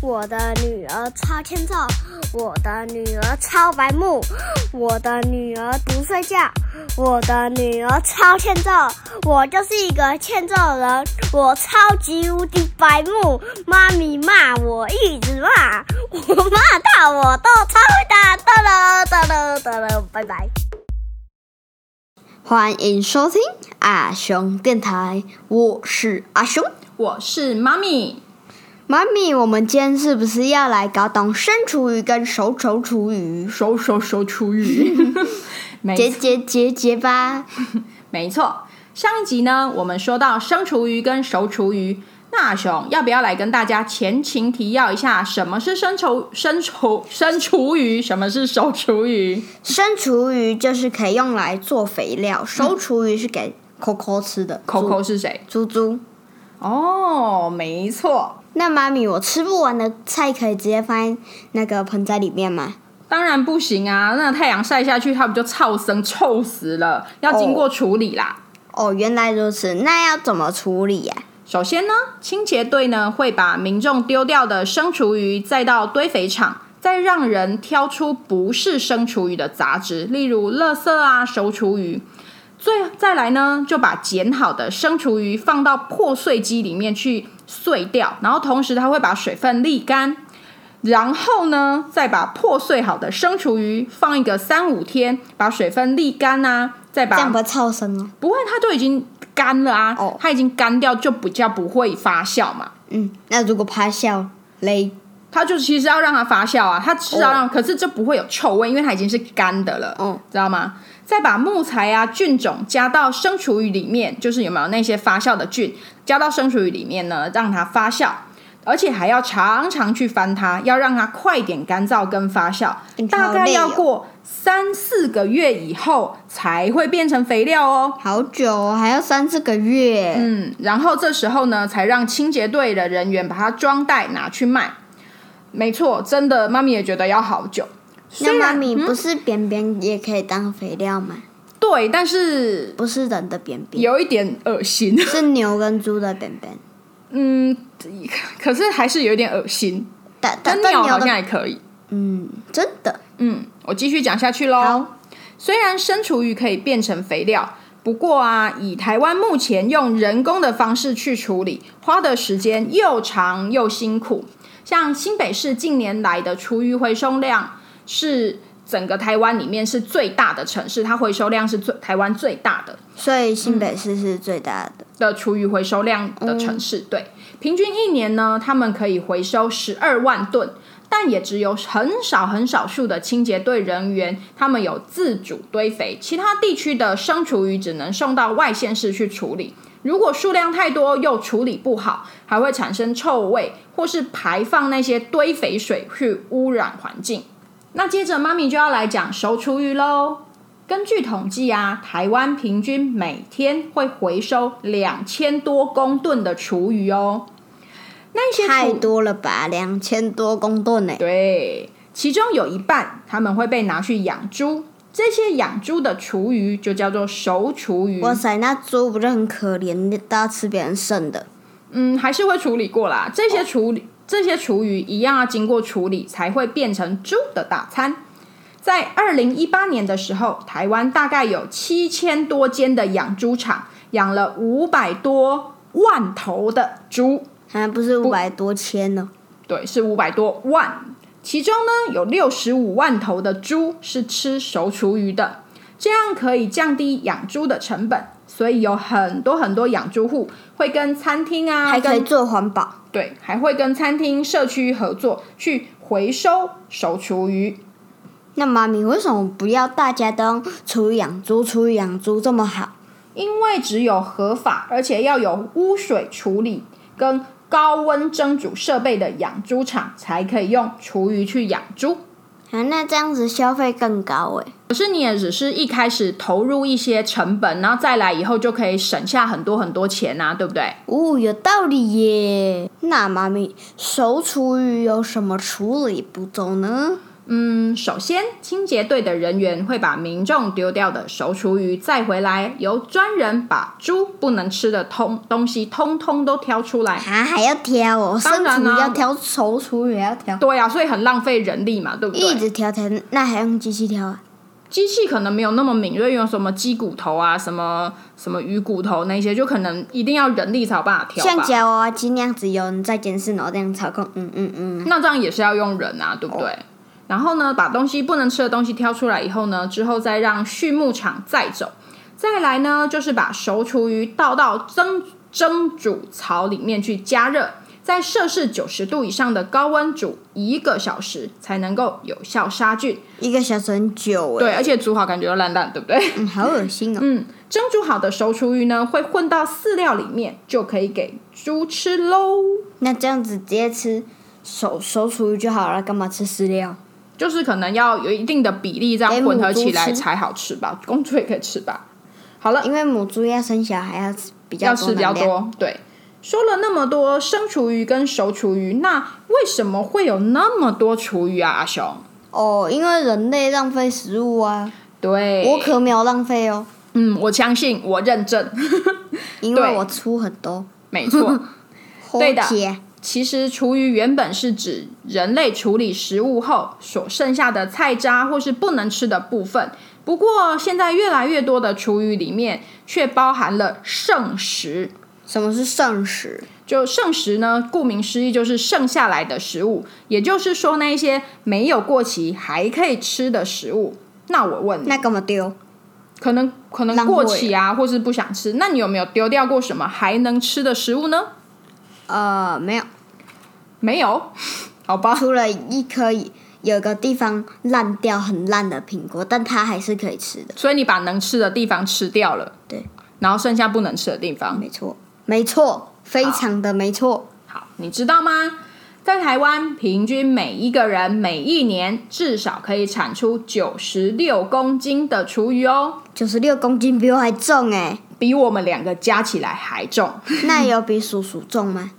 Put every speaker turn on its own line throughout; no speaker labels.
我的女儿超欠揍，我的女儿超白目，我的女儿不睡觉，我的女儿超欠揍，我就是一个欠揍人，我超级无敌白目，妈咪骂我一直骂，我骂到我都超会打，哒了哒了哒了，拜拜。
欢迎收听阿雄电台，我是阿雄
我是妈咪，
妈咪。我们今天是不是要来搞懂生厨余跟熟熟厨余？
手手手厨 余，
结
没
结结结吧！
没错。上一集呢，我们说到生厨余跟熟厨余，那阿雄要不要来跟大家前情提要一下，什么是生厨生厨生厨余，什么是熟厨余？
生厨余就是可以用来做肥料，熟厨余是给 Coco 吃的。
Coco 是谁？
猪猪猪。
哦，没错，
那妈咪，我吃不完的菜可以直接放在那个盆栽里面吗？
当然不行啊，那太阳晒下去，它不就臭生臭死了？要经过处理啦。
哦，原来如此。那要怎么处理呀、
首先呢，清洁队呢会把民众丢掉的生厨余再到堆肥场，再让人挑出不是生厨余的杂质，例如垃圾啊、熟厨余。最再来呢，就把捡好的生厨余放到破碎机里面去碎掉，然后同时它会把水分沥干。然后呢，再把破碎好的生厨余放一个三五天，把水分沥干啊，再把
这样不会超生哦。
不会，它就已经干了啊，
哦
它已经干掉就比较不会发酵嘛。
嗯，那如果发酵嘞？
它就其实要让它发酵啊，它至少让，可是这不会有臭味，因为它已经是干的了，
哦
知道吗？再把木材啊、菌种加到生厨余里面，就是有没有那些发酵的菌，加到生厨余里面呢，让它发酵，而且还要常常去翻它，要让它快点干燥跟发酵，
嗯
大
好
概
累
要
哦
过三四个月以后才会变成肥料哦。
好久、哦，还要三四个月。
嗯，然后这时候呢，才让清洁队的人员把它装袋拿去卖。没错，真的，妈咪也觉得要好久。
那
虽
妈
然嗯
咪不是扁扁也可以当肥料吗？
对，但是
不是人的扁扁，
有一点恶心。
是牛跟猪的扁扁。
嗯，可是还是有一点恶心。
但但
但
但
尿
牛
好像
的，
也可以。
嗯，真的
嗯，我继续讲下去喽。
好。
虽然生厨余可以变成肥料，不过啊，以台湾目前用人工的方式去处理，花的时间又长又辛苦。像新北市近年来的厨余回收量是整个台湾里面是最大的城市，它回收量是最台湾最大的。
所以新北市是最大的。
的厨余回收量的城市，对，平均一年呢，他们可以回收十二万吨，但也只有很少很少数的清洁队人员，他们有自主堆肥，其他地区的生厨余只能送到外县市去处理。如果数量太多又处理不好，还会产生臭味，或是排放那些堆肥水去污染环境。那接着，妈咪就要来讲熟厨余喽。根据统计啊，台湾平均每天会回收两千多公吨的厨余哦。那一些嗯
太
厨
多了吧，两千多公吨呢。
对，其中有一半他们会被拿去养猪，这些养猪的厨余就叫做熟厨余。
哇塞，那猪不就很可怜，都要吃别人剩的。
嗯，还是会处理过啦。这些处理、这些厨余一样要经过处理，才会变成猪的大餐。在二零一八年的时候，台湾大概有七千多间的养猪场，养了五百多万头的猪，
还不是五百多千呢？
对，是五百多万。其中呢，有六十五万头的猪是吃熟厨余的，这样可以降低养猪的成本。所以有很多很多养猪户会跟餐厅啊，
还可以
跟
做环保。
对，还会跟餐厅、社区合作去回收熟厨余。
那妈咪为什么不要大家都用厨余养猪？厨余养猪这么好，
因为只有合法，而且要有污水处理跟高温蒸煮设备的养猪场，才可以用厨余去养猪。
啊，那这样子消费更高哎。
可是你也只是一开始投入一些成本，然后再来以后就可以省下很多很多钱啊，对不对？
哦，有道理耶。那妈咪，熟厨余有什么处理步骤呢？
嗯，首先，清洁队的人员会把民众丢掉的熟厨余载回来，由专人把猪不能吃的通东西通通都挑出来。
啊，还要挑哦，
当
生
然
厨
啦
要挑，熟厨也要挑，
对啊，所以很浪费人力嘛，对不
一
对？
直挑挑，那还用机器挑啊？
机器可能没有那么敏锐，用什么鸡骨头啊、什么什么鱼骨头那些，就可能一定要人力才有办法挑
像
吧。
夹娃娃机那样子，有人在监视，然后这样操控，嗯嗯嗯，
那这样也是要用人啊，对不对？然后呢，把东西不能吃的东西挑出来以后呢，之后再让畜牧场载走。再来呢，就是把熟厨余倒到蒸蒸煮槽里面去加热，在摄氏九十度以上的高温煮一个小时，才能够有效杀菌。
一个小时很久哎，
对，而且煮好感觉都烂烂，对不对？
嗯，好恶心哦。
嗯，蒸煮好的熟厨余呢，会混到饲料里面，就可以给猪吃喽。
那这样子直接吃熟熟厨余就好了，干嘛吃饲料？
就是可能要有一定的比例，这样
给
混合
母猪
起来
吃
才好吃吧。公猪也可以吃吧。好了，
因为母猪要生小孩要吃比较
要
多
吃比较
能量，
多。对，说了那么多生厨余跟熟厨余，那为什么会有那么多厨余啊？阿雄，
哦，因为人类浪费食物啊，
对，
我可没有浪费哦，
嗯，我相信，我认证，
因
对
为我出很多。
没 错。对的
活结
其实厨余原本是指人类处理食物后所剩下的菜渣或是不能吃的部分。不过现在越来越多的厨余里面却包含了剩食，
什么是剩食？
就剩食呢，顾名思义就是剩下来的食物，也就是说那一些没有过期还可以吃的食物。那我问你，
那干嘛丢？
可能可能
浪费
过期啊，或是不想吃，那你有没有丢掉过什么还能吃的食物呢？
呃，没有，
没有， 好吧，
哦除了一颗有个地方烂掉很烂的苹果，但它还是可以吃的。
所以你把能吃的地方吃掉了，
对，
然后剩下不能吃的地方，
没错，没错，非常的没错。
好，你知道吗？在台湾，平均每一个人每一年至少可以产出九十六公斤的厨余哦，
九十六公斤比我还重 哎，
比我们两个加起来还重，
那有比叔叔重吗？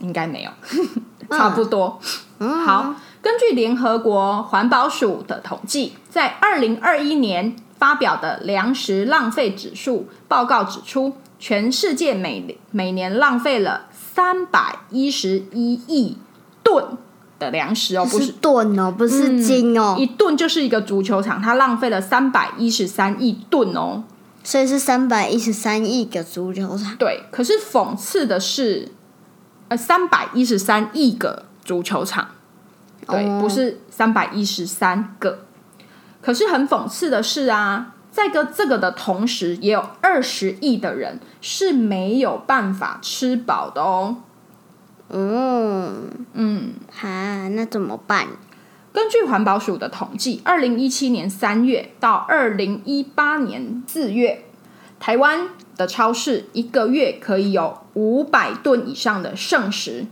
应该没有， 差不多。好，根据联合国环保署的统计，在二零二一年发表的粮食浪费指数报告指出，全世界每每年浪费了三百一十一亿吨的粮食哦，不是嗯
是吨哦，不是斤哦，
一吨就是一个足球场，它浪费了三百一十三亿吨哦。
所以是三百一十三亿个足球场。
对，可是讽刺的是，呃，三百一十三亿个足球场，对，
哦
不是三百一十三个。可是很讽刺的是啊，在跟这个的同时，也有二十亿的人是没有办法吃饱的哦。
嗯，
嗯，
哈，那怎么办？
根据环保署的统计，二零一七年三月到二零一八年四月，台湾的超市一个月可以有五百吨以上的剩食。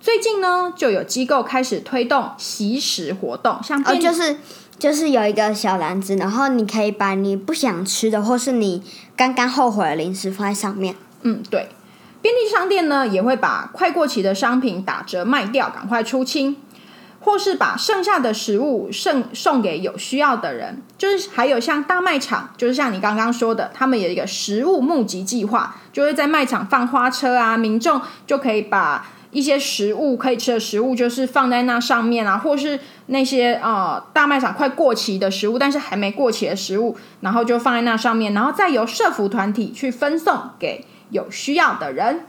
最近呢，就有机构开始推动惜食活动，像
哦，
便利
就是就是有一个小篮子，然后你可以把你不想吃的或是你刚刚后悔的零食放在上面。
嗯，对。便利商店呢也会把快过期的商品打折卖掉，赶快出清，或是把剩下的食物剩送给有需要的人。就是还有像大卖场，就是像你刚刚说的，他们有一个食物募集计划，就会在卖场放花车啊，民众就可以把一些食物可以吃的食物，就是放在那上面啊，或是那些呃大卖场快过期的食物，但是还没过期的食物，然后就放在那上面，然后再由社服团体去分送给有需要的人，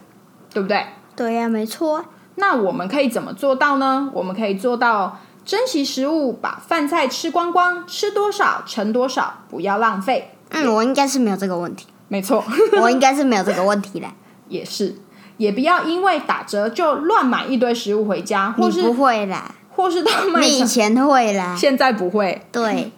对不对？
对呀、没错啊。
那我们可以怎么做到呢？我们可以做到珍惜食物，把饭菜吃光光，吃多少盛多少，不要浪费。
嗯，我应该是没有这个问题，
没错，
我应该是没有这个问题的。
也是，也不要因为打折就乱买一堆食物回家， 或
你不
是
会啦，
或是到卖
你以
场，
前会啦。
现在不会，
对，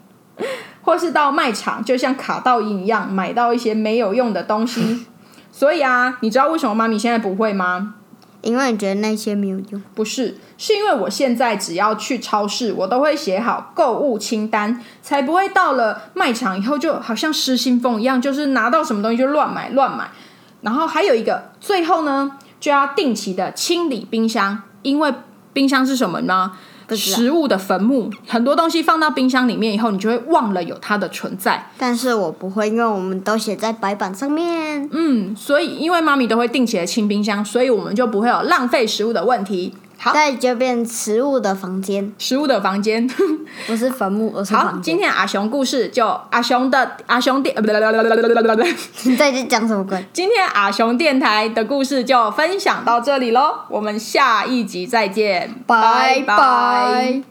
或是到卖场，就像卡到印一样，买到一些没有用的 东西。所以啊，你知道为什么妈咪现在不会吗？
因为你觉得那些没有用。
不是，是因为我现在只要去超市，我都会写好购物清单，才不会到了卖场以后就好像失心疯一样，就是拿到什么东西就乱买乱买。然后还有一个，最后呢，就要定期的清理冰箱，因为冰箱是什么呢？
不知道
食物的坟墓，很多东西放到冰箱里面以后，你就会忘了有它的存在。
但是我不会，因为我们都写在白板上面。
嗯，所以因为妈咪都会定期的清冰箱，所以我们就不会有浪费食物的问题。好，
再就变食物的房间，
食物的房间。
不是坟墓，而是
好，
房间。
今天阿雄故事就阿雄的阿雄电，呃不不不不不不，
你 在这讲什么鬼？
今天阿雄电台的故事就分享到这里喽，我们下一集再见，拜拜。